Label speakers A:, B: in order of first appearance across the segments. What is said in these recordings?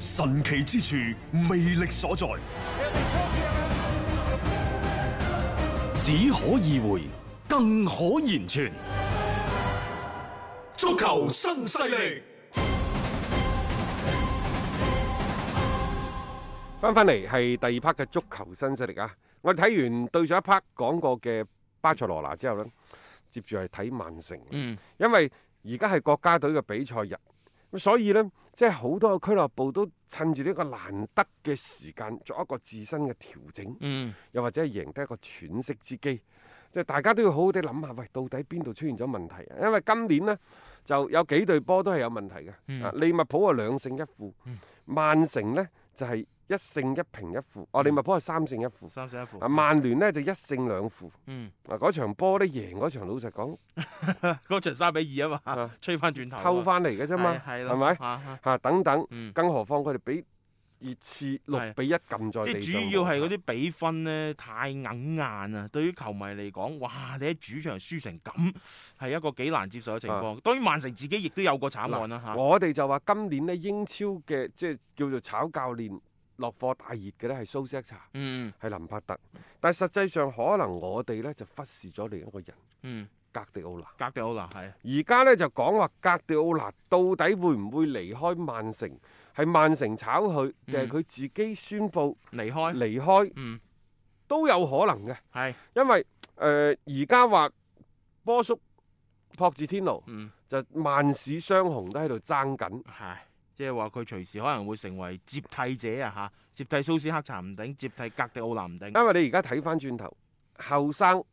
A: 神奇之處，魅力所在，
B: 只可意會，更可言傳。
C: 足球新勢力，
D: 翻翻嚟係第二 part 嘅足球新勢力啊！我哋睇完對上一 part 講過嘅巴塞羅那之後呢，接住係睇曼城。
E: 嗯，
D: 因為而家係國家隊嘅比賽日，咁所以呢，即係好多嘅俱樂部都趁住呢個難得嘅時間，作一個自身嘅調整，
E: 嗯，
D: 又或者係贏得一個喘息之機。即係大家都要好好地諗下，喂，到底邊度出現咗問題啊？因為今年呢，就有幾隊波都係有問題嘅。
E: 嗯
D: 啊利物浦係兩勝一負，曼城呢就係、一勝一平一負。哦，利物浦係三勝一負。
E: 嗯三十一副
D: 啊，曼聯呢就一勝兩負。
E: 嗯，
D: 啊，嗰場波呢贏嗰場，老實講
E: 嗰場三比二啊嘛
D: 啊，
E: 吹翻轉頭啊嘛，
D: 偷翻嚟嘅啫嘛，
E: 係
D: 係咪？
E: 咪？
D: 嚇等等，
E: 嗯
D: 更何況佢哋俾熱刺六
E: 係
D: 比一撳在
E: 即
D: 地
E: 係
D: 上。
E: 主要係嗰啲比分呢太硬硬啊！對於球迷嚟講，哇！你喺主場輸成咁，係一個幾難接受嘅情況。當然曼城自己亦都有個慘案啦啊嚇。
D: 啊我哋就話今年呢英超嘅即係叫做炒教練落課大熱嘅呢係蘇斯克查，
E: 嗯
D: 係林柏特，但係實際上可能我哋呢就忽視咗另一個人
E: 嗯，
D: 格迪奧拿。
E: 格迪奧拿係
D: 而家呢就講話格迪奧拿到底會唔會離開曼城？係曼城炒佢，定係
E: 嗯
D: 佢自己宣布
E: 離開，
D: 離開
E: 嗯
D: 都有可能嘅，
E: 係
D: 因為誒而家話波叔撲住天奴
E: 嗯
D: 就萬市雙雄都喺度爭緊。
E: 係，即係話佢隨時可能會成為接替者啊嚇，接替蘇斯克查唔定，接替格迪奧拿唔定。
D: 因為你而家睇翻轉頭，後生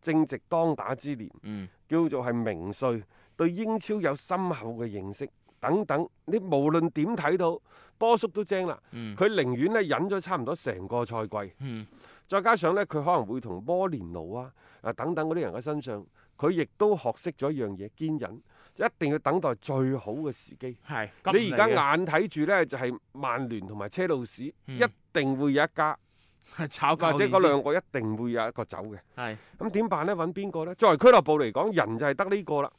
D: 正值當打之年，
E: 嗯
D: 叫做係名帥，對英超有深厚嘅認識等等。你無論點睇到，波叔都精啦。
E: 嗯
D: 佢寧願咧忍咗差唔多成個賽季，
E: 嗯
D: 再加上咧佢可能會同摩連奴啊啊等等嗰啲人嘅身上，佢亦都學識咗一樣嘢堅忍，就一定要等待最好嘅時機。
E: 係。急
D: 你
E: 唔
D: 而家
E: 啊嚟嘅
D: 眼睇住呢，就係、曼聯同埋車路士，
E: 嗯
D: 一定會有一家，
E: 炒
D: 或
E: 教
D: 者
E: 練
D: 嗰
E: 先
D: 兩個一定會有一個走嘅。
E: 係
D: 咁點辦呢？揾邊個呢？作為俱樂部嚟講，人就係得呢個啦。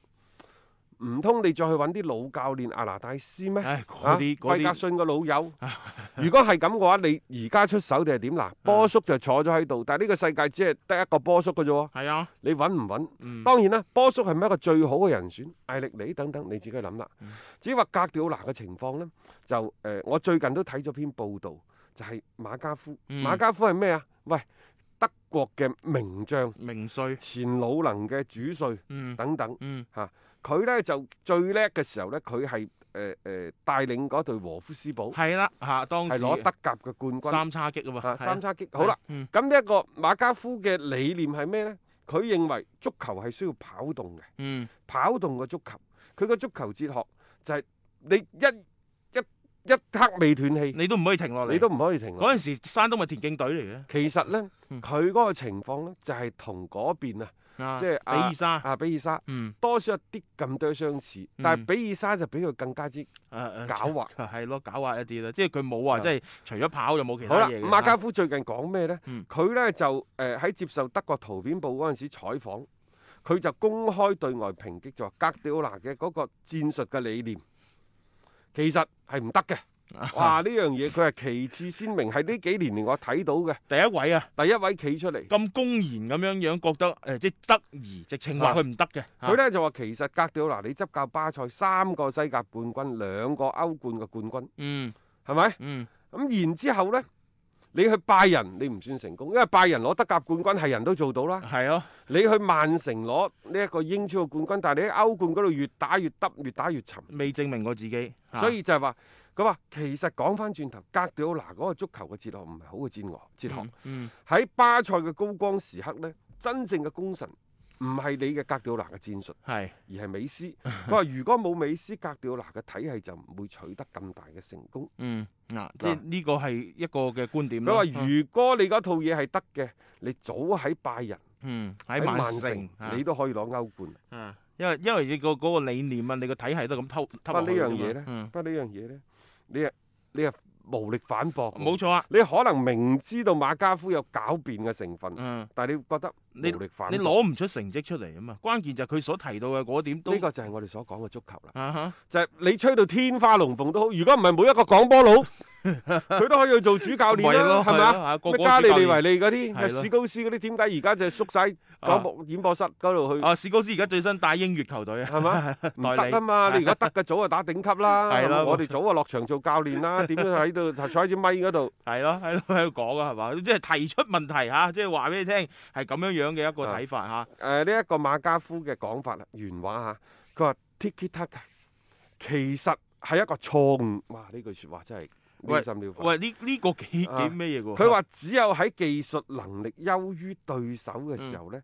D: 唔通你再去揾啲老教練阿拿大師咩？
E: 唉嗰啲
D: 啊
E: 嗰
D: 費格
E: 啲
D: 遜個老友。 如果係咁嘅話，你而家出手定係點嗱？
E: 啊
D: 波叔就坐咗喺度，但係呢個世界只係得一個波叔嘅啫喎。
E: 係啊，
D: 你揾唔揾？
E: 嗯
D: 當然啦，波叔係咪一個最好嘅人選？艾力尼等等，你自己去諗啦。
E: 嗯
D: 至於話格調拿嘅情況呢，就誒、呃我最近都睇咗篇報道，就係、馬家夫。
E: 嗯
D: 馬家夫係咩啊？喂，德國嘅名將。
E: 名帥
D: 前魯能嘅主帥
E: 嗯
D: 等等，
E: 嗯
D: 佢呢就最叻嘅時候呢，佢係誒誒帶領嗰隊和夫斯堡係
E: 係啦嚇，當時
D: 攞德甲嘅冠軍，
E: 三叉戟啊嘛，
D: 啊
E: 係啊
D: 三叉戟。好啦，，
E: 嗯
D: 咁呢一個馬家夫嘅理念係咩呢？佢認為足球係需要跑動嘅，
E: 嗯
D: 跑動嘅足球，佢個足球哲學就係你一一一刻未斷氣，
E: 你都唔可以停落嚟。
D: 你都唔可以停落
E: 嗰陣時，山東咪田徑隊嚟
D: 其實呢，
E: 嗯
D: 佢嗰個情況呢，就係同嗰邊啊，
E: 嘅，啊
D: 即係
E: 比爾沙，
D: 阿比爾沙。
E: 嗯，
D: 多少有啲咁多相似，
E: 嗯
D: 但係比爾沙就比佢更加之
E: 誒誒，
D: 狡猾。
E: 啊 係咯，狡猾一啲啦，即係佢冇話，
D: 啊
E: 即係除咗跑就冇其他
D: 好啦，
E: 嘢嘅。啊
D: 馬家夫最近講咩呢？
E: 嗯
D: 佢呢就誒喺、接受德國圖片報嗰陣時採訪，佢就公開對外抨擊就話格迪奧拿嘅嗰個戰術嘅理念其實係唔得嘅。
E: 啊
D: 哇！呢樣嘢佢係旗幟鮮明，係呢幾年嚟我睇到嘅
E: 第一位啊，
D: 第一位企出嚟。
E: 咁公然咁樣樣覺得誒，呃即係得而直情
D: 啊
E: 話佢唔得嘅。啊
D: 佢
E: 咧
D: 呢就話其實格迪奧拿你執教巴塞三個西甲冠軍，兩個歐冠嘅冠軍，
E: 嗯
D: 係咪？
E: 嗯
D: 咁然之後呢，你去拜仁你唔算成功，因為拜仁攞德甲冠軍係人都做到啦。
E: 係咯，
D: 你去曼城攞呢一個英超嘅冠軍，但係你喺歐冠嗰度越打越耷，越打越沉。
E: 未證明過自己，啊
D: 所以就係話，佢話其實講翻轉頭，格迪奧拿嗰個足球嘅哲學唔係好嘅哲學。哲學
E: 嗯嗯
D: 喺巴塞嘅高光時刻呢，真正嘅功臣唔唔係你嘅格調拿嘅戰術，
E: 係
D: 而係美 斯。佢話如果冇美斯，格調拿嘅體系就唔會取得咁大嘅成功。
E: 嗯嗱，即係呢個係一個嘅觀點
D: 佢
E: 啦。
D: 話
E: 嗯
D: 如果你嗰套嘢係得嘅，你早喺拜仁、
E: 嗯喺
D: 喺
E: 曼
D: 曼
E: 城啊
D: 城，你都可以攞歐冠。
E: 啊，因為因為你個嗰個理念啊，你個體系都咁偷
D: 不
E: 偷
D: 過
E: 落
D: 呢
E: 去㗎
D: 樣
E: 嘛
D: 嘢呢，
E: 嗯
D: 不過呢樣嘢呢，你係你係無力反駁嘅。
E: 冇錯啊，
D: 你可能明知道馬家夫有狡辯嘅成分，
E: 嗯，
D: 但係你覺得
E: 你
D: 無力反
E: 你
D: 駁。
E: 攞唔出成績出嚟啊嘛，關鍵就係佢所提到嘅嗰點都
D: 呢個就係我哋所講嘅足球啦，
E: 啊哈
D: 就係你吹到天花龍鳳都好，如果唔係每一個講波佬，佢都可以去做主教練
E: 咪
D: 啦，
E: 咯
D: 係咪
E: 係咯
D: 啊？
E: 啊個個
D: 咩加利
E: 主教練
D: 利維利嗰
E: 係
D: 啲，
E: 咯
D: 史高斯嗰啲，點解而家就縮晒廣播演播室嗰度去？
E: 啊，史高斯而家最新帶英越球隊啊，
D: 係 嘛？唔
E: 代理
D: 得啊嘛！你而家得嘅早就打頂級啦，
E: 係啦
D: 咁我
E: 冇
D: 哋
E: 錯
D: 早就落場做教練啦，點樣喺度坐喺支咪嗰度？
E: 係咯，喺度喺度講啊，係嘛？即係提出問題嚇，即係話俾你聽係咁樣樣嘅一個
D: 啊
E: 睇法嚇。
D: 誒呃呢一個馬家夫嘅講法啦，原話嚇，佢話 tiki taka 其實係一個錯誤。哇！呢句説話真係
E: 喂
D: 撩心撩肺。
E: 喂，呢呢個幾
D: 啊
E: 幾咩嘢喎？
D: 佢話只有喺技術能力優於對手嘅時候呢，
E: 嗯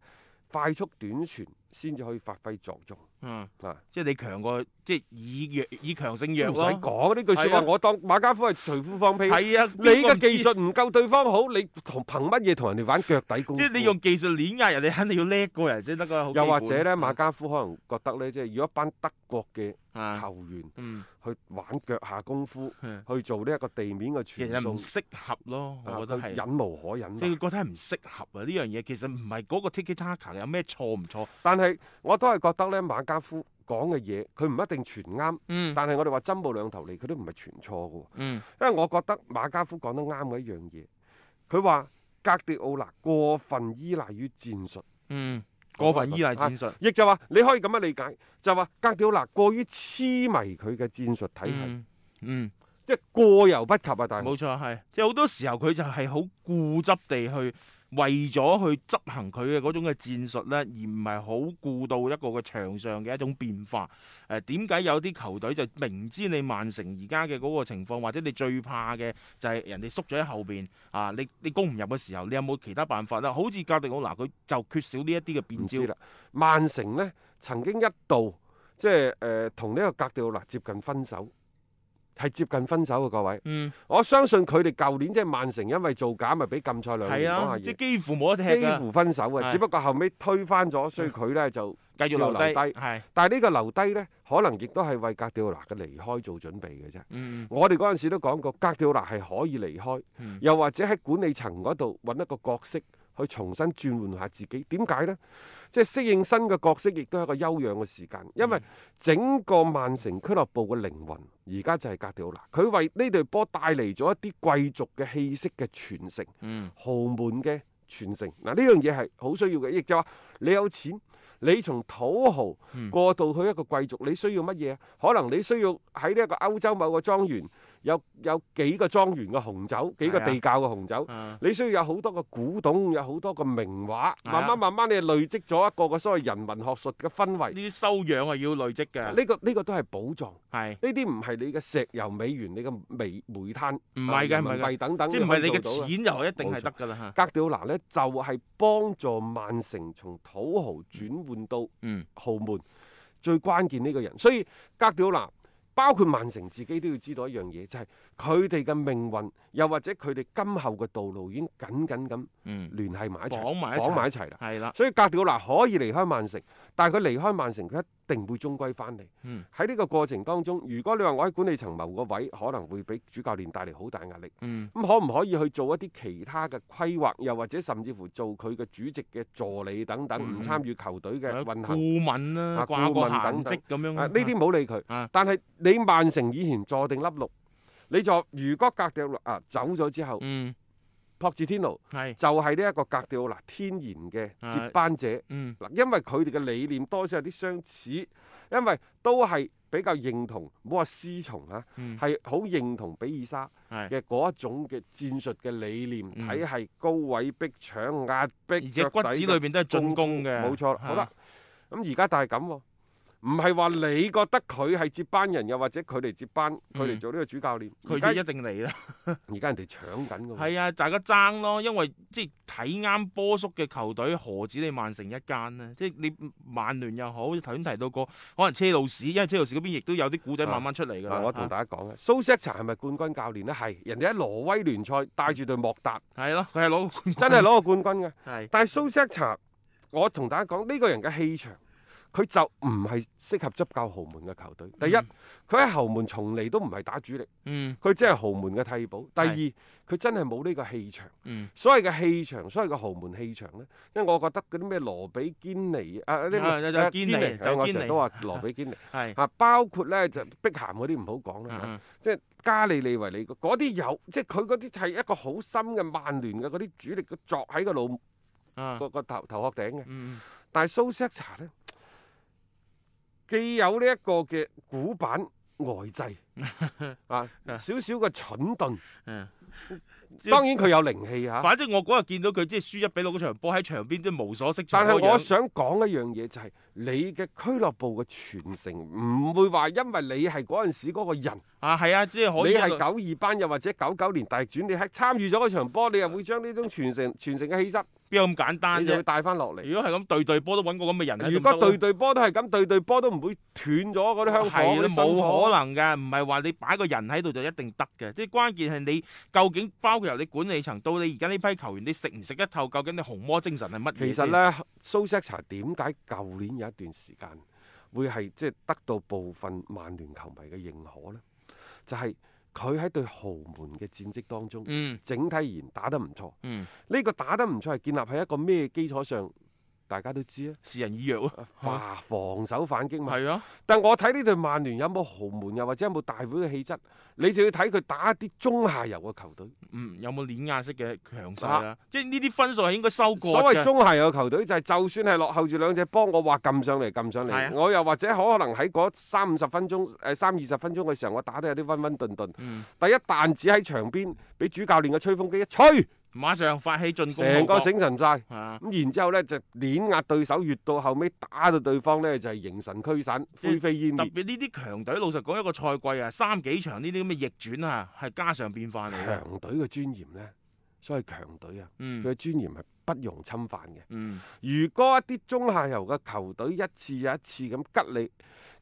D: 快速短傳先至可以發揮作用
E: 嗯，
D: 啊！
E: 即係你強過，即係以弱以強勝弱
D: 唔使
E: 咯。
D: 講呢句説
E: 係
D: 話，
E: 啊
D: 我當馬家夫係隨夫放屁。
E: 係啊，
D: 你
E: 邊個
D: 嘅
E: 唔知
D: 技術唔夠對方好，你同憑乜嘢同人哋玩腳底功夫？
E: 即係你用嗯技術碾壓人哋，肯定要叻過人先得㗎。好
D: 又
E: 基
D: 或
E: 本
D: 者呢，馬家夫可能覺得呢，即係如果一班德國嘅
E: 啊，
D: 球員
E: 嗯，
D: 去玩腳下功夫，
E: 嗯
D: 去做呢一個地面嘅
E: 其實
D: 傳
E: 唔
D: 送，
E: 適合咯，
D: 啊
E: 我覺得
D: 佢
E: 係。
D: 忍無可忍啊
E: 即係
D: 啦。
E: 覺得係唔適合啊！呢樣嘢其實唔係嗰個 tiki taka 有咩錯唔錯，
D: 但係我都係覺得呢，馬家夫講嘅嘢，佢唔一定全啱。
E: 嗯
D: 但係我哋話針冇兩頭利，佢都唔係全錯嘅
E: 嗯
D: 喎，因為我覺得馬家夫講得啱嘅一樣嘢，佢話格迪奧拿過分依賴於戰術，
E: 嗯，過分依賴戰術，
D: 亦就話你可以咁樣理解，就話格迪奧拿過於痴迷佢嘅戰術體系，
E: 嗯嗯。
D: 即係過猶不及啊！大佬
E: 冇錯，係即係好多時候佢就係好固執地去為咗去執行佢嘅嗰種嘅戰術咧，而唔係好顧到一個嘅場上嘅一種變化。誒點解有啲球隊就明知你曼城而家嘅嗰個情況，或者你最怕嘅就係人哋縮咗喺後邊啊，你你攻唔入嘅時候，你有冇其他辦法咧？好似格迪奧拿佢就缺少呢一啲嘅變
D: 唔
E: 招
D: 知。啦，曼城呢曾經一度即係誒同呢個格迪奧拿接近分手，係接近分手嘅各位。
E: 嗯，
D: 我相信佢哋舊年即係曼城因為造假咪俾禁賽兩
E: 係
D: 年講下
E: 啊，
D: 嘢
E: 即係。幾乎冇得踢
D: 幾
E: 㗎，
D: 乎分手
E: 係
D: 啊！只不過後尾推翻咗，所以佢呢就，
E: 繼續
D: 要
E: 留
D: 留
E: 低，
D: 低
E: 係，
D: 但係呢個留低呢，可能亦都係為格調拿嘅離開做準備嘅啫。
E: 嗯，
D: 我哋嗰陣時都講過，格調拿係可以離開，
E: 嗯
D: 又或者喺管理層嗰度揾一個角色去重新轉換下自己。點解呢？即係適應新嘅角色，亦都係一個休養嘅時間，
E: 嗯
D: 因為整個曼城俱樂部嘅靈魂而家就係格調拿，佢為呢隊波帶嚟咗一啲貴族嘅氣息嘅傳承。
E: 嗯，
D: 豪門嘅傳承。嗱，呢樣嘢係好需要嘅，亦就話你有錢，你從土豪
E: 嗯
D: 過渡去一個貴族，你需要乜嘢啊？可能你需要喺呢一個歐洲某個莊園有有幾個莊園嘅紅酒，幾個
E: 係啊
D: 地窖嘅紅酒。
E: 啊
D: 你需要有好多個古董，有好多個名畫，
E: 係啊
D: 慢慢慢慢你係累積咗一個個所謂人文學術嘅氛圍。
E: 呢啲修養係要累積
D: 呢、
E: 嘅，
D: 個呢、個都係寶藏，呢
E: 係。
D: 啲唔係你嘅石油、美元、你嘅煤煤炭、啊
E: 唔係嘅，
D: 人
E: 唔
D: 民
E: 係
D: 幣
E: 嘅，
D: 等等，
E: 即係唔係你
D: 可以
E: 嘅
D: 做到
E: 錢就一定係
D: 冇錯
E: 得㗎啦嚇。
D: 格調拿呢，就係、幫助曼城從土豪轉換到
E: 嗯
D: 豪門，最關鍵呢個人。所以格調拿包括曼城自己都要知道一樣嘢，就係佢哋嘅命運，又或者佢哋今後嘅道路已經緊緊咁
E: 嗯，
D: 聯繫埋一齊，
E: 綁埋一齊
D: 綁埋一齊啦。
E: 係啦，
D: 所以格調拿可以離開曼城，但係佢離開曼城，佢一定會終歸翻嚟。
E: 嗯
D: 喺呢個過程當中，如果你話我喺管理層謀個位，可能會俾主教練帶嚟好大壓力。
E: 嗯
D: 咁可唔可以去做一啲其他嘅規劃，又或者甚至乎做佢嘅主席嘅助理等等，
E: 嗯啊
D: 唔參與球隊嘅
E: 有
D: 運行？
E: 顧問啦，
D: 啊
E: 掛個
D: 顧問等等
E: 閒職咁樣
D: 啊呢啲冇理佢
E: 啊。
D: 但係你曼城以前坐定粒六，你就如果格調啊走咗之後，
E: 嗯
D: 朴智天奴
E: 係
D: 就係呢一個格調嗱天然嘅
E: 啊
D: 接班者。
E: 嗯
D: 嗱，因為佢哋嘅理念多少有啲相似，因為都係比較認同，唔好話師從嚇，
E: 嗯
D: 係好認同比爾沙。
E: 係，
D: 嘅嗰一種嘅戰術嘅理念
E: 嗯
D: 體系，高位逼搶、壓迫，
E: 而且骨子裏邊都係進攻嘅，
D: 冇錯啦。
E: 啊
D: 好啦，，咁而家但係咁喎，唔係話你覺得佢係接班人，又或者佢嚟接班，佢嚟做呢個主教練。
E: 嗯佢
D: 而
E: 就
D: 家嗯
E: 一定嚟啦。
D: 而家人哋搶緊㗎喎。
E: 係啊，大家爭咯，因為即係睇啱波叔嘅球隊，何止你曼城一間呢？即係你曼聯又好，好似頭先提到過，可能車路士，因為車路士嗰邊亦都有啲古仔慢慢出嚟㗎啦。
D: 嗱，我同大家講啊，蘇斯克查係咪冠軍教練呢？係，人哋喺挪威聯賽帶住隊莫達，
E: 係咯，佢係攞個冠軍
D: 真係攞過冠軍嘅。
E: 係
D: 但係蘇斯克查，我同大家講呢、個人嘅氣場，佢就唔係適合執教豪門嘅球隊。第一，
E: 嗯
D: 佢喺豪門從嚟都唔係打主力，
E: 嗯
D: 佢只係豪門嘅替補。第二，佢真係冇呢個氣場。
E: 嗯
D: 所謂嘅氣場，所謂嘅豪門氣場呢，因為我覺得嗰啲咩羅比堅尼啊，呢個
E: 啊有有
D: 啊
E: 堅尼
D: 堅尼，
E: 有
D: 我
E: 堅
D: 成日
E: 尼
D: 都話羅比堅 尼
E: 係
D: 啊，包括呢就碧咸嗰啲唔好講啦。
E: 嗯
D: 即係加利利維利嗰啲有，即係佢嗰啲係一個好深嘅曼聯嘅嗰啲主力，佢作喺個腦
E: 嗯
D: 個個頭頭殼頂嘅。
E: 嗯
D: 但係蘇斯克查呢，既有呢一個嘅古板呆 滯啊，少少嘅蠢鈍。
E: 嗯
D: 當然佢有靈氣嚇，
E: 反正我嗰日見到佢即係輸一比六嗰場波喺場邊都無所適從
D: 但
E: 嗰個樣。
D: 係我想講一樣嘢就係、你嘅俱樂部嘅傳承唔會話因為你係嗰陣時嗰個人，
E: 啊係啊，即係可以
D: 你
E: 一
D: 係
E: 路
D: 九二班又或者九九年大轉，你係參與咗嗰場波，你又會將呢種傳承傳承嘅氣質，
E: 邊有咁簡單
D: 你就會
E: 啫？
D: 帶翻落嚟。
E: 如果係咁對對波都揾個咁嘅人喺
D: 如果對對波都係咁，對對波都唔會斷咗嗰啲香火，
E: 係
D: 嗰
E: 啦
D: 啲薪火
E: 冇可能㗎，唔係話你擺個人喺度就一定得嘅，即係關鍵係你究竟包括由你管理層到你而家呢批球員，你食唔食得透？究竟你紅魔精神係乜嘢
D: 其實
E: 先，
D: 呢，蘇斯克查點解舊年有一段時間會係即係得到部分曼聯球迷嘅認可呢？就係佢喺對豪門嘅戰績當中，
E: 嗯
D: 整體而言打得唔錯。
E: 嗯，
D: 呢個打得唔錯係建立喺一個咩基礎上？大家都知
E: 視人以弱啊，
D: 啊，化防守反擊嘛。
E: 係啊，
D: 但我睇呢隊曼聯有冇豪門，又或者有冇大會嘅氣質，你就要睇佢打一啲中下游嘅球隊。
E: 嗯，有冇碾壓式嘅強勢啦？即係呢啲分數係應該收
D: 所
E: 過
D: 謂
E: 嘅。
D: 中下游嘅球隊就係、就算係落後住兩隻波，我話撳上嚟撳上嚟，
E: 係啊
D: 我又或者可能喺嗰三五十分鐘、誒三二十分鐘嘅時候，我打得有啲温温頓頓。
E: 嗯，
D: 但一彈子喺場邊俾主教練嘅吹風機一吹，
E: 馬上發起進攻
D: 成個
E: 號角
D: 醒神晒。
E: 啊！
D: 咁然之後呢，就碾壓對手，越到後尾打到對方呢，就係、形神俱散、
E: 即係
D: 灰飛煙
E: 特
D: 滅。
E: 別呢啲強隊，老實講一個賽季啊，三幾場呢啲咁嘅逆轉啊，係家常便飯嚟嘅。
D: 強隊嘅尊嚴呢，所謂強隊啊，佢
E: 嗯
D: 嘅尊嚴係不容侵犯嘅。
E: 嗯，
D: 如果一啲中下游嘅球隊一次又一次咁吉你，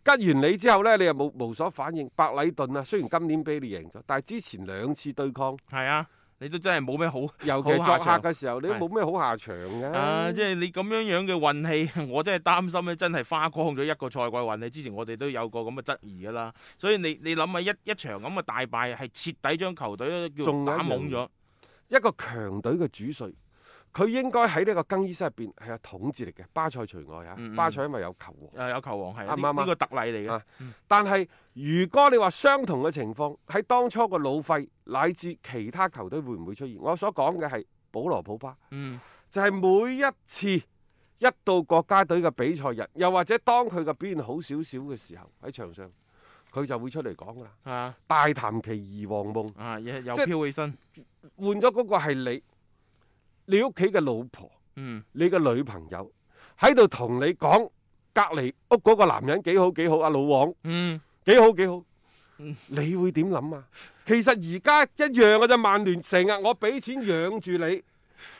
D: 吉完你之後呢，你又冇無所反應。白禮頓啊，雖然今年俾你贏咗，但係之前兩次對抗，
E: 係啊，你都真係冇咩好。
D: 尤其係
E: 好下
D: 作
E: 場
D: 客嘅時候，你都冇咩好下場嘅。
E: 啊！即係你咁樣樣嘅運氣， 我真係擔心咧，真係花光咗一個賽季運氣。之前我哋都有過咁嘅質疑㗎啦，所以你你諗下一一場咁嘅大敗係徹底將球隊咧叫
D: 仲有一
E: 打
D: 樣
E: 懵咗。
D: 一個強隊嘅主帥，佢應該喺呢個更衣室入邊係有統治力嘅，巴塞除外嚇。啊
E: 嗯嗯
D: 巴塞因為有球王。
E: 誒啊有球王係
D: 啱
E: 呢
D: 啱
E: 呢
D: 啱
E: 個特例嚟嘅
D: 啊。但係如果你話相同嘅情況喺當初個老費乃至其他球隊會唔會出現？我所講嘅係保羅普巴，
E: 嗯
D: 就係、每一次一到國家隊嘅比賽日，又或者當佢嘅表現好少少嘅時候喺場上，佢就會出嚟講㗎啦，
E: 啊
D: 大談其兒皇夢。
E: 啊又又
D: 即係
E: 飄起身。
D: 換咗嗰個係你，你屋企嘅老婆。
E: 嗯
D: 你嘅女朋友喺度同你講隔離屋嗰個男人幾好幾好，阿老王
E: 嗯
D: 幾好幾好
E: 嗯，
D: 你會點諗啊？其實而家一樣嘅啫，曼聯成日我俾錢養住你。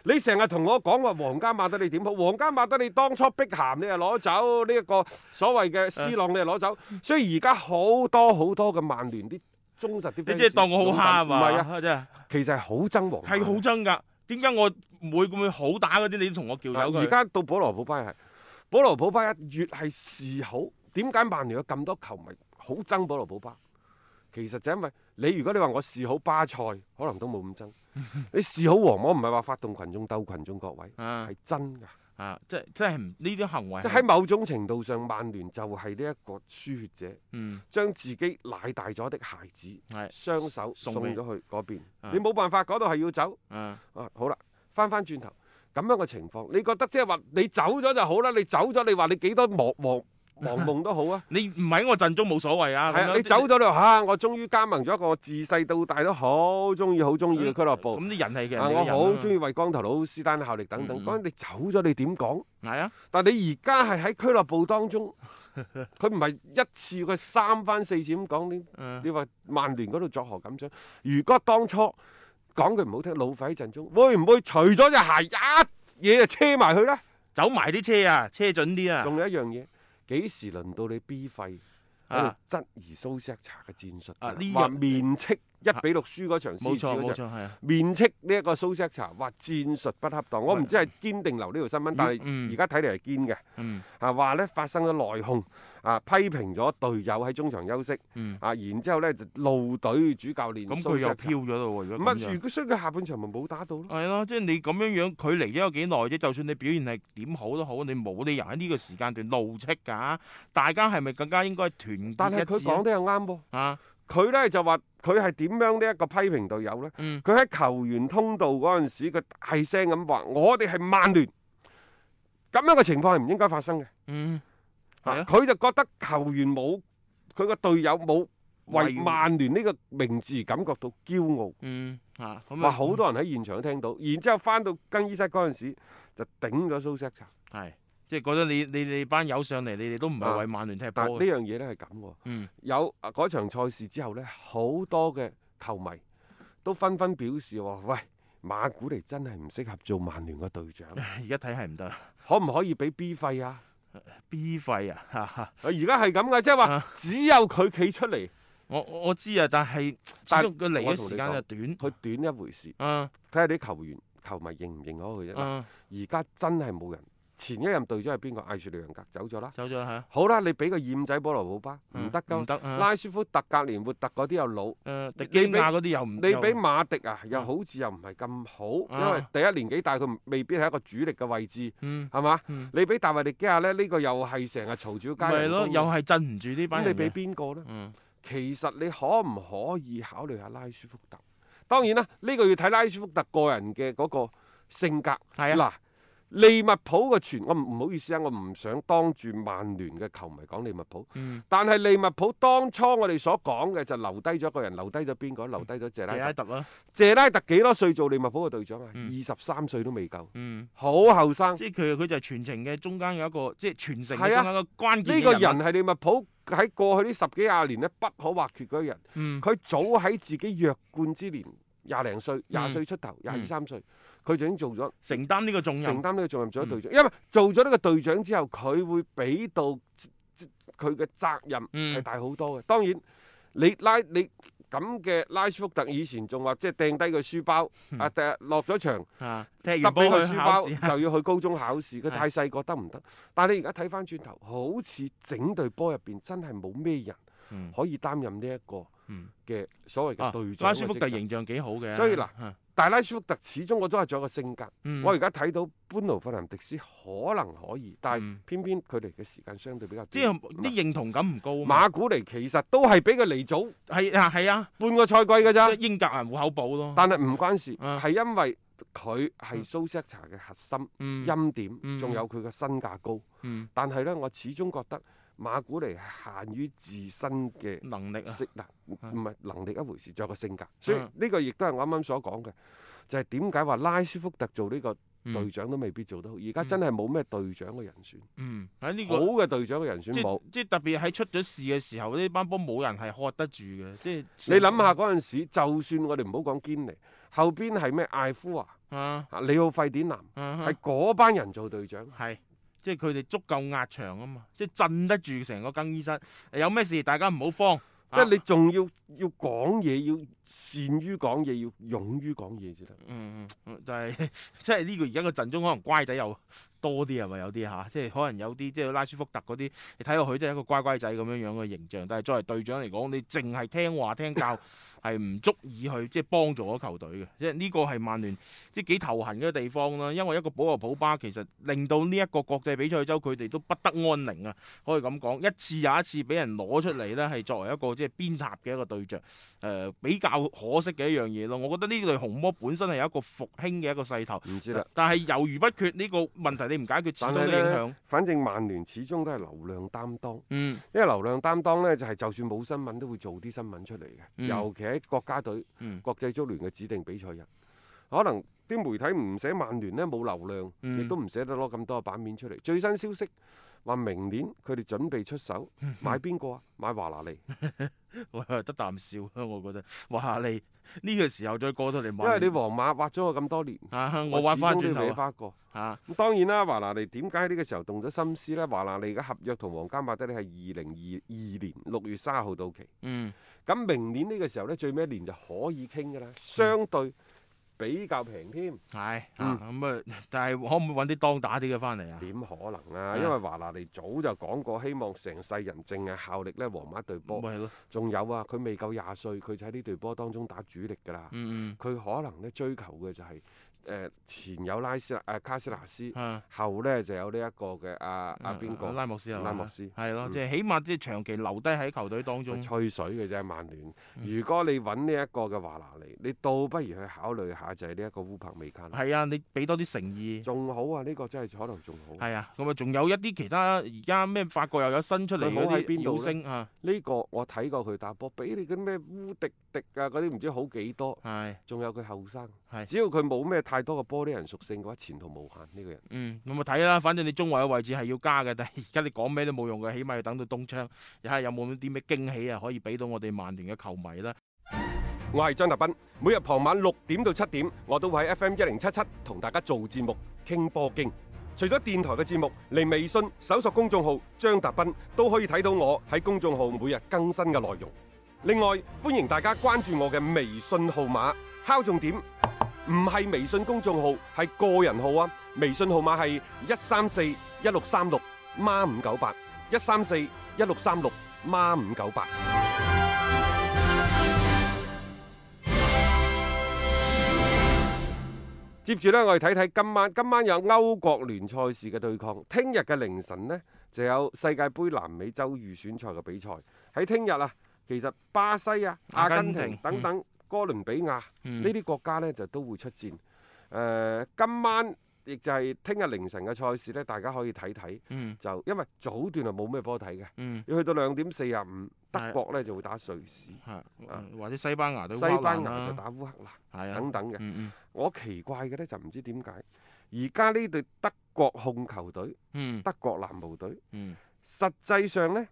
D: 你成日同我講話皇家馬德里點好，皇家馬德里當初碧咸你又攞走呢一、個所謂
E: 嗯
D: 嘅斯朗你又攞走，所以而家好多好多嘅曼聯啲忠實啲 fans，
E: 你即係當我好蝦嘛？
D: 唔係啊，
E: 真係
D: 其實係好憎皇馬
E: 係好憎㗎。點解我每咁樣好打嗰啲你都同我叫
D: 嗱
E: 走佢？
D: 啊而家到保羅普巴係，保羅普巴一越係示好，點解曼聯有咁多球迷好憎保羅普巴？其實就因為你如果你話我示好巴塞，可能都冇咁 憎。你示好皇馬唔係話發動群眾鬥群眾各位，
E: 啊
D: 係真㗎。
E: 啊！即係即係唔呢啲行為
D: 即
E: 係
D: 喺某種程度上，曼聯就係呢一個輸血者，
E: 嗯
D: 將自己奶大咗的孩子
E: 係
D: 雙手
E: 送
D: 送
E: 俾
D: 咗去嗰邊，
E: 啊
D: 你冇辦法，嗰度係要走。
E: 啊
D: 啊，好啦，翻翻轉頭咁樣嘅情況，你覺得即係話你走咗就好啦，你走咗，你話你幾多皇皇 黃夢都好啊。
E: 你唔喺我陣中冇所謂啊。
D: 係
E: 咁
D: 啊，
E: 樣
D: 你走咗你話啊，我終於加盟咗一個我自細到大都好中意、好中意嘅俱樂部。
E: 嗯咁啲人係嘅人
D: 啊，
E: 哋嘅
D: 我
E: 人啊
D: 好中意為光頭佬斯丹效力等等。
E: 嗯嗯
D: 嗰陣你走咗，你點講？
E: 係啊，
D: 但你而家係喺俱樂部當中，佢唔係一次佢三番四次咁講你，
E: 嗯
D: 你話曼聯嗰度作何感想？如果當初講句唔好聽，老費喺陣中，會唔會除咗隻鞋一嘢就車埋佢呢？
E: 走埋啲車啊，車準啲啊。
D: 仲有一樣嘢，幾時輪到你 B 費喺度
E: 啊
D: 質疑蘇斯克查嘅戰術
E: 啊呢
D: 㗎？話、
E: 樣
D: 面斥一比六輸嗰場，獅
E: 冇
D: 子嗰
E: 錯冇
D: 場
E: 錯，係啊。
D: 面斥呢一個蘇斯克查，話戰術不恰當。我唔知係堅定流呢條新聞，但
E: 嗯
D: 係而家睇嚟係堅嘅。
E: 嗯
D: 啊話咧發生咗內訌，啊批評咗隊友喺中場休息，
E: 嗯。
D: 啊然之後咧就怒隊主教練
E: 咁
D: 蘇
E: 佢又
D: 錫查
E: 飄咗咯喎，如
D: 唔
E: 果咁樣啊
D: 係，如果所以佢下半場咪冇打到咯。
E: 係咯，即係你咁樣樣距離咗有幾耐啫？就算你表現係點好都好，你冇理由喺呢個時間段怒斥㗎。大家係咪更加應該團結一致
D: 但係佢講得又啱喎，
E: 啊，
D: 佢咧就話佢係點樣呢一個批評隊友呢？
E: 嗯
D: 佢喺球員通道嗰陣時，佢大聲咁話：我哋係曼聯，咁樣嘅情況係唔應該發生嘅。
E: 嗯，係
D: 啊
E: 啊，
D: 佢就覺得球員冇佢個隊友冇為
E: 為
D: 曼聯呢個名字感覺到驕傲。
E: 嗯啊，嗯咁
D: 話
E: 啊
D: 好多人喺現場聽到，然之後翻到更衣室嗰陣時就頂咗蘇斯查。
E: 嗯係，即係覺得你你你班友上嚟，你哋都唔
D: 啊
E: 係為曼聯踢波
D: 但係呢
E: 嘅，
D: 樣嘢呢係咁喎，
E: 啊嗯
D: 有啊嗰場賽事之後呢，好多嘅球迷都紛紛表示話：喂，馬古尼真係唔適合做曼聯嘅隊長，
E: 而家睇係唔得啦
D: 可唔可以俾 B 費啊？
E: ，B 費啊，哈哈
D: 啊而家係咁嘅，即係話
E: 啊
D: 只有佢企出嚟，
E: 我我我知啊，但係始
D: 但
E: 終佢嚟
D: 我
E: 嘅
D: 同
E: 時
D: 你
E: 間就
D: 講
E: 短，
D: 佢短一回事。
E: 啊
D: 睇下啲球員球迷認唔認可佢啫。嗱
E: 啊，
D: 而家真係冇人，前一任隊長係邊個？艾雪利楊格走咗啦。
E: 走咗啦，
D: 好啦，你俾個厭仔保羅普巴
E: 係啊
D: 唔得
E: 唔
D: 㗎，
E: 得啊，
D: 拉舒福特、格連活特嗰啲又老，
E: 誒迪
D: 你
E: 基
D: 俾
E: 亞嗰啲又唔
D: 你
E: 又
D: 俾馬迪啊又
E: 嗯
D: 好似又唔係咁
E: 啊
D: 好，因為第一年紀大，佢唔未必係一個主力嘅位置，
E: 嗯
D: 係嘛
E: 嗯？
D: 你俾大衛迪基亞呢，呢個又係成日嘈住街
E: 咪
D: 人
E: 咯，
D: 工嘅，
E: 又係鎮唔住呢班
D: 咁你
E: 人
D: 俾
E: 嘅，
D: 邊個呢？
E: 嗯
D: 其實你可唔可以考慮下拉舒福特？當然啦，呢、個要睇拉舒福特個人嘅嗰個性格。
E: 係
D: 嗱，
E: 啊
D: 利物浦嘅傳，我唔唔好意思啊，我唔想當住曼聯嘅球迷講利物浦。
E: 嗯，
D: 但係利物浦當初我哋所講嘅就留低咗一個人，留低咗邊個？留低咗謝
E: 謝拉
D: 拉特。
E: 特啊啦，
D: 謝拉特幾多歲做利物浦嘅隊長啊？
E: 嗯
D: 二十三歲都未夠，
E: 嗯。
D: 好後生。
E: 即係佢，佢就係全程嘅中間有一個，即係全程嘅
D: 係
E: 中
D: 啊
E: 間一個關鍵
D: 呢
E: 嘅
D: 個
E: 人啊
D: 人
E: 物，
D: 係利物浦喺過去呢十幾廿年咧不可或缺嗰個人。
E: 嗯，
D: 佢早喺自己弱冠之年，廿零歲、廿歲出頭、
E: 嗯
D: 廿二三歲，佢就已經做咗
E: 承擔呢個重
D: 承
E: 任，
D: 擔呢個重任，做
E: 嗯
D: 咗隊長。因為做咗呢個隊長之後，佢會俾到佢嘅責任係
E: 嗯
D: 大好多嘅。當然，你拉你咁嘅拉舒福特以前仲話即係掟低個書包，
E: 嗯
D: 啊掟落咗場
E: 啊，踢
D: 揼
E: 完波
D: 俾個
E: 去
D: 書
E: 考試，啊
D: 包就要去高中考試，佢
E: 係
D: 太細個得唔得？但係你而家睇翻轉頭，好似整隊波入邊真係冇咩人
E: 嗯
D: 可以擔任呢一個
E: 嗯
D: 嘅所謂
E: 啊
D: 嘅隊長
E: 拉
D: 嘅
E: 舒福
D: 職
E: 特
D: 責
E: 形象幾好嘅，
D: 所以嗱
E: 啊，
D: 但係拉舒福特始終我都係仲有一個性格。
E: 嗯
D: 我而家睇到班奴費南迪斯可能可以，但係
E: 嗯
D: 偏偏佢哋嘅時間相對比較
E: 即
D: 短
E: 係啲認同感唔高啊嘛，
D: 馬古尼其實都係俾佢離早
E: 係啊係啊，
D: 半個賽季㗎咋
E: 即係，英格蘭户口簿咯，
D: 但係唔關事，
E: 啊
D: 係因為佢
E: 嗯
D: 係蘇斯克查嘅核心
E: 嗯
D: 欽點，
E: 嗯
D: 仲有佢嘅身價高。
E: 嗯
D: 但係呢，我始終覺得馬古尼係限於自身嘅。
E: 能力啊，
D: 識嗱，
E: 啊
D: 唔係能力一回事，仲有個性格。所以
E: 嗯
D: 呢個亦都係我啱啱所講嘅，就係點解話拉舒福特做呢個
E: 嗯
D: 隊長都未必做得好。而家真係冇咩隊長嘅人選，
E: 嗯喺呢
D: 好
E: 個。
D: 嘅隊長嘅人選
E: 即
D: 冇。
E: 即特別喺出咗事嘅時候，呢班波冇人係喝得住嘅，即係
D: 你諗下嗰陣時，就算我哋唔好講堅尼，後邊係咩艾夫華、
E: 啊
D: 啊里奧費典南，
E: 啊
D: 係嗰班人做隊長。
E: 係，即係佢哋足夠壓場啊嘛，即係鎮得住成個更衣室。有咩事大家唔好慌，
D: 即係你仲要要講嘢，要善於講嘢，要勇於講嘢先得。
E: 嗯，嗯就係、即係呢個而家個陣中可能乖仔又多啲係咪有啲嚇、即係可能有啲即係拉舒福特嗰啲，你睇落去真係一個乖乖仔咁樣樣嘅形象，但係作為隊長嚟講，你淨係聽話聽教係係唔足以去即係幫助咗球隊嘅，即係呢個係曼聯即係幾頭痕嘅地方啦。因為一個保羅普巴其實令到呢一個國際比賽周佢哋都不得安寧啊，可以咁講，一次又一次俾人攞出嚟呢，係作為一個即係鞭撻嘅一個對象。誒、呃比較可惜嘅一樣嘢咯。我覺得呢隊紅魔本身係有一個復興嘅一個勢頭，
D: 唔知啦。
E: 但係猶豫不決呢個問題你唔解決，始
D: 但
E: 終都
D: 係
E: 影響
D: 呢。，反正曼聯始終都係流量擔當，
E: 嗯
D: 因為流量擔當呢，就係、就算冇新聞都會做啲新聞出嚟嘅，
E: 嗯
D: 尤其喺國家隊、
E: 嗯
D: 國際足聯嘅指定比賽日，可能啲媒體唔寫曼聯呢冇流量，
E: 嗯
D: 亦都唔捨得攞咁多嘅版面出嚟。最新消息話明年佢哋準備出手
E: 嗯
D: 買邊個啊？買華拿利，
E: 我係得啖笑啦，我覺得。 哇！你呢、個時候再過到嚟
D: 因
E: 買，
D: 為你皇馬挖咗我咁多年，
E: 啊，我挖
D: 始
E: 翻
D: 終都
E: 轉
D: 要搲
E: 頭啊
D: 翻一個。
E: 啊，
D: 咁當然啦，華拿利點解喺呢個時候動咗心思呢？華拿利嘅合約同皇家馬德里係二零二二年六月三十號到期，
E: 嗯
D: 咁明年呢個時候呢，最尾一年就可以傾㗎啦，相對比較平添，
E: 係
D: 嗯
E: 啊，咁啊，但係可唔可以揾啲當打啲嘅翻嚟啊？
D: 點可能啊？因為華拿利早就講過，希望成世人淨係效力呢皇馬隊
E: 咪
D: 波，
E: 係咯，
D: 仲有啊，佢未夠廿歲，佢就喺呢隊波當中打主力㗎啦，
E: 嗯
D: 佢可能呢追求嘅就係、誒前有拉斯誒、呃卡斯拿斯
E: 嗯，，啊。
D: 後呢就有呢一個嘅阿阿邊個
E: 拉莫斯啊，
D: 拉莫斯
E: 係咯，
D: 嗯
E: 即係起碼即係長期留低喺球隊當中
D: 咪，吹水嘅啫，曼聯。
E: 嗯
D: 如果你揾呢一個嘅華拿利，你倒不如去考慮下就係呢一個烏柏美卡啦，
E: 係啊，你俾多啲誠意，
D: 仲好啊！呢、個真係可能仲好。
E: 係啊，咁啊，仲有一啲其他而家咩法國又有新出嚟
D: 佢好
E: 嗰
D: 喺邊度
E: 啲妖
D: 呢
E: 星啊，
D: 呢個我睇過佢打波，比你嗰啲咩烏迪迪啊嗰啲唔知好幾多，
E: 係。
D: 仲有佢後生
E: 係。
D: 只要佢冇咩太多嘅玻璃人屬性嘅話，前途無限呢、個人。
E: 嗯，咁啊睇啦，反正你中衞嘅位置係要加嘅，但係而 家你講咩都冇用嘅，起碼要等到冬窗，睇下有冇啲咩驚喜啊，可以俾到我哋曼聯嘅球迷啦。
D: 我係張達斌，每日傍晚六點到七點，我都會喺 FM 一零七七同大家做節目傾波經。除咗電台嘅節目，嚟微信搜索公眾號張達斌都可以睇到我喺公眾號每日更新嘅內容。另外，歡迎大家關注我嘅微信號碼，敲重點，唔係微信公眾號，係個人號啊！微信號碼係一三四一六三六孖五九八一三四一六三六孖五九八。接住呢，我哋睇睇今晚，今晚有歐國聯賽事嘅對抗，聽日嘅凌晨呢，就有世界盃南美洲預選賽嘅比賽。喺聽日啊，其實巴西啊、阿
E: 阿
D: 根
E: 根
D: 廷
E: 廷
D: 等等哥倫比亞
E: 嗯
D: 呢啲國家呢，就都會出戰。誒、呃今晚亦就係聽日凌晨嘅賽事呢，大家可以睇睇。
E: 嗯
D: 就因為早段啊冇咩波睇嘅，
E: 嗯，
D: 要去到兩點四十五，德
E: 係
D: 國呢就會打瑞士，
E: 係
D: 啊
E: 嗯或者西班牙都
D: 西
E: 烏克
D: 班
E: 蘭
D: 牙
E: 啊啦
D: 就打烏克蘭
E: 係啊，
D: 等等嘅。
E: 嗯
D: 我奇怪嘅呢，就唔知點解，而家呢隊德國控球隊、
E: 嗯
D: 德國籃球隊，
E: 嗯
D: 實際上呢，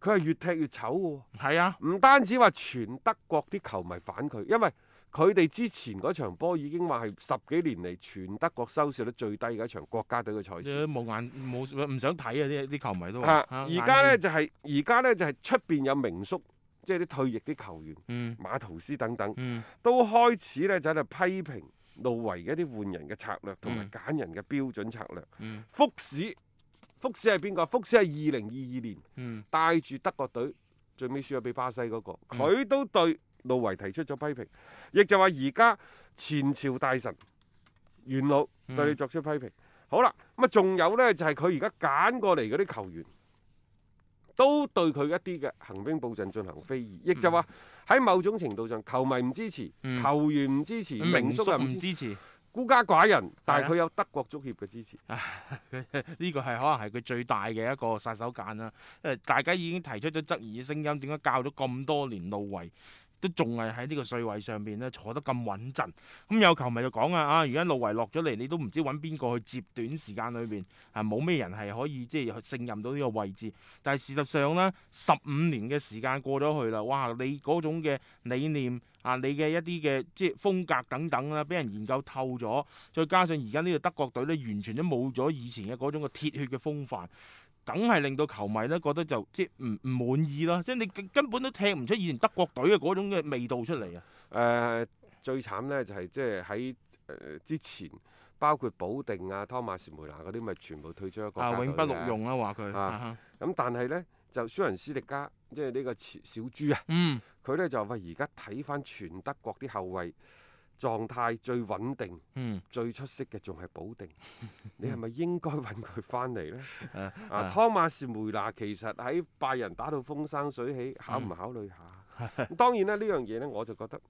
D: 佢係越踢越醜嘅
E: 嗯，係啊，
D: 喎。唔單止話全德國啲球迷反佢，因為佢哋之前嗰場波已經話係十幾年嚟全德國收視率最低嘅一場國家隊嘅賽事。
E: 冇眼冇唔想睇啊！啲啲球迷都話
D: 嚇！
E: 啊
D: 而家呢，
E: 眼
D: 就係而家呢，就係出邊有名宿，即係啲退役啲球員
E: 嗯
D: 馬圖斯等等。
E: 嗯
D: 都開始咧就喺度批評路維嘅一啲換人嘅策略同埋
E: 嗯
D: 揀人嘅標準策略。
E: 嗯
D: 福士，福士係邊個？福士係二零二二年
E: 嗯
D: 帶住德國隊最尾輸咗俾巴西嗰、個，佢都對路維提出咗批評，亦就話而家前朝大臣元老
E: 嗯
D: 對你作出批評。好啦，咁啊仲有呢，就係佢而家揀過嚟嗰啲球員。都對佢一啲嘅行兵布陣進行非議，亦就話喺某種程度上，球迷唔支持，
E: 嗯
D: 球員唔支持，名
E: 明
D: 宿
E: 叔
D: 又
E: 啊唔
D: 唔支持，
E: 支持，
D: 孤家寡人，但
E: 係啊
D: 係佢有德國足協嘅支持。
E: 呢個係可能係佢最大嘅一個殺手鐧啦。誒，大家已經提出咗質疑嘅聲音，點解教咗咁多年路維都仲係喺呢個帥位上邊咧坐得咁穩陣？咁有球迷就講啊，啊，而家路維落咗嚟，你都唔知揾邊個去接短時間裏邊啊，冇咩人係可以即係勝任到呢個位置。但係事實上咧，十五年嘅時間過咗去啦，哇！你嗰種嘅理念啊，你嘅一啲嘅即係風格等等啦，俾人研究透咗。再加上而家呢個德國隊咧，完全都冇咗以前嘅嗰種嘅鐵血嘅風範，梗係令到球迷咧覺得就即係唔唔滿意啦。即係你根根本都踢唔出以前德國隊嘅嗰種嘅味道出嚟啊！
D: 誒、呃最慘呢就係即係喺誒之前，包括保定啊、湯馬士梅拿嗰啲，咪全部退出咗國家
E: 啊，
D: 隊
E: 永不
D: 嘅
E: 錄用啦，話佢
D: 啊
E: 啊
D: 咁但係呢，就舒仁斯迪加，即係呢個小小豬啊，
E: 嗯，
D: 佢呢就話喂而家睇翻全德國啲後衞狀態最穩定、
E: 嗯，
D: 最出色嘅仲係保 定，你係咪應該揾佢翻嚟呢？
E: 啊
D: 啊，湯馬士梅拿其實喺拜仁打到風生水起，
E: 嗯
D: 考唔考 慮下？咁當然啦，呢樣嘢呢，我就覺得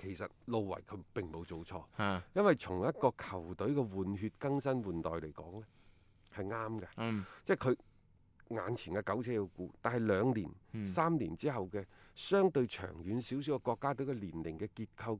D: 其實路維佢並冇做錯，
E: 啊，
D: 因為從一個球隊嘅換血更新換代嚟講呢係啱嘅，
E: 嗯，
D: 即係佢眼前嘅苟且要顧，但係兩年、
E: 嗯
D: 三年之後嘅相對長遠少少嘅國家隊嘅年齡嘅結構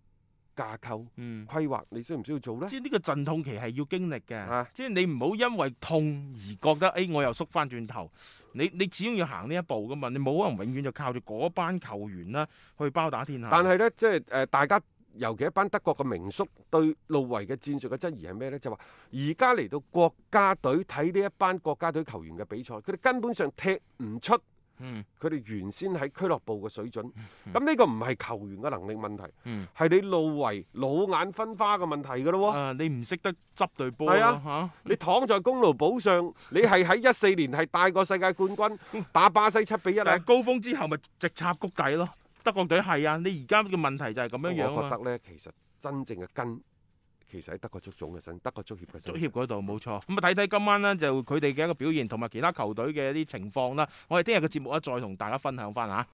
D: 架構
E: 嗯。
D: 規劃，你需唔需要做呢？
E: 即係呢個陣痛期係要經歷嘅，
D: 啊
E: 即係你唔好因為痛而覺得，誒、哎我又縮翻轉頭。你你始終要行呢一步噶嘛，你冇可能永遠就靠住嗰班球員啦去包打天下。
D: 但係呢，即係誒、呃大家尤其一班德國嘅名宿對路維嘅戰術嘅質疑係咩呢？就話而家嚟到國家隊睇呢一班國家隊球員嘅比賽，佢哋根本上踢唔出
E: 嗯，
D: 佢哋原先喺俱樂部嘅水準。咁呢個唔係球員嘅能力問題，係、
E: 嗯
D: 你路維老眼昏花嘅問題㗎咯喎。
E: 啊你唔識得執對波
D: 係
E: 咯
D: 啊
E: 嚇。
D: 你躺在功勞簿上，你係喺一四年係帶過世界冠軍，
E: 嗯
D: 打巴西七比一
E: 但
D: 啊
E: 係！高峰之後咪直插谷底咯。德國隊係啊，你而家嘅問題就係咁樣樣
D: 我
E: 啊
D: 覺
E: 嘛。
D: 得呢，其實真正嘅根其實喺德國足總嘅身，德國足協嘅身
E: 足。協嗰度冇錯，咁啊睇睇今晚呢，就佢哋嘅一個表現同埋其他球隊嘅一啲情況啦。我哋聽日嘅節目咧再同大家分享翻嚇。啊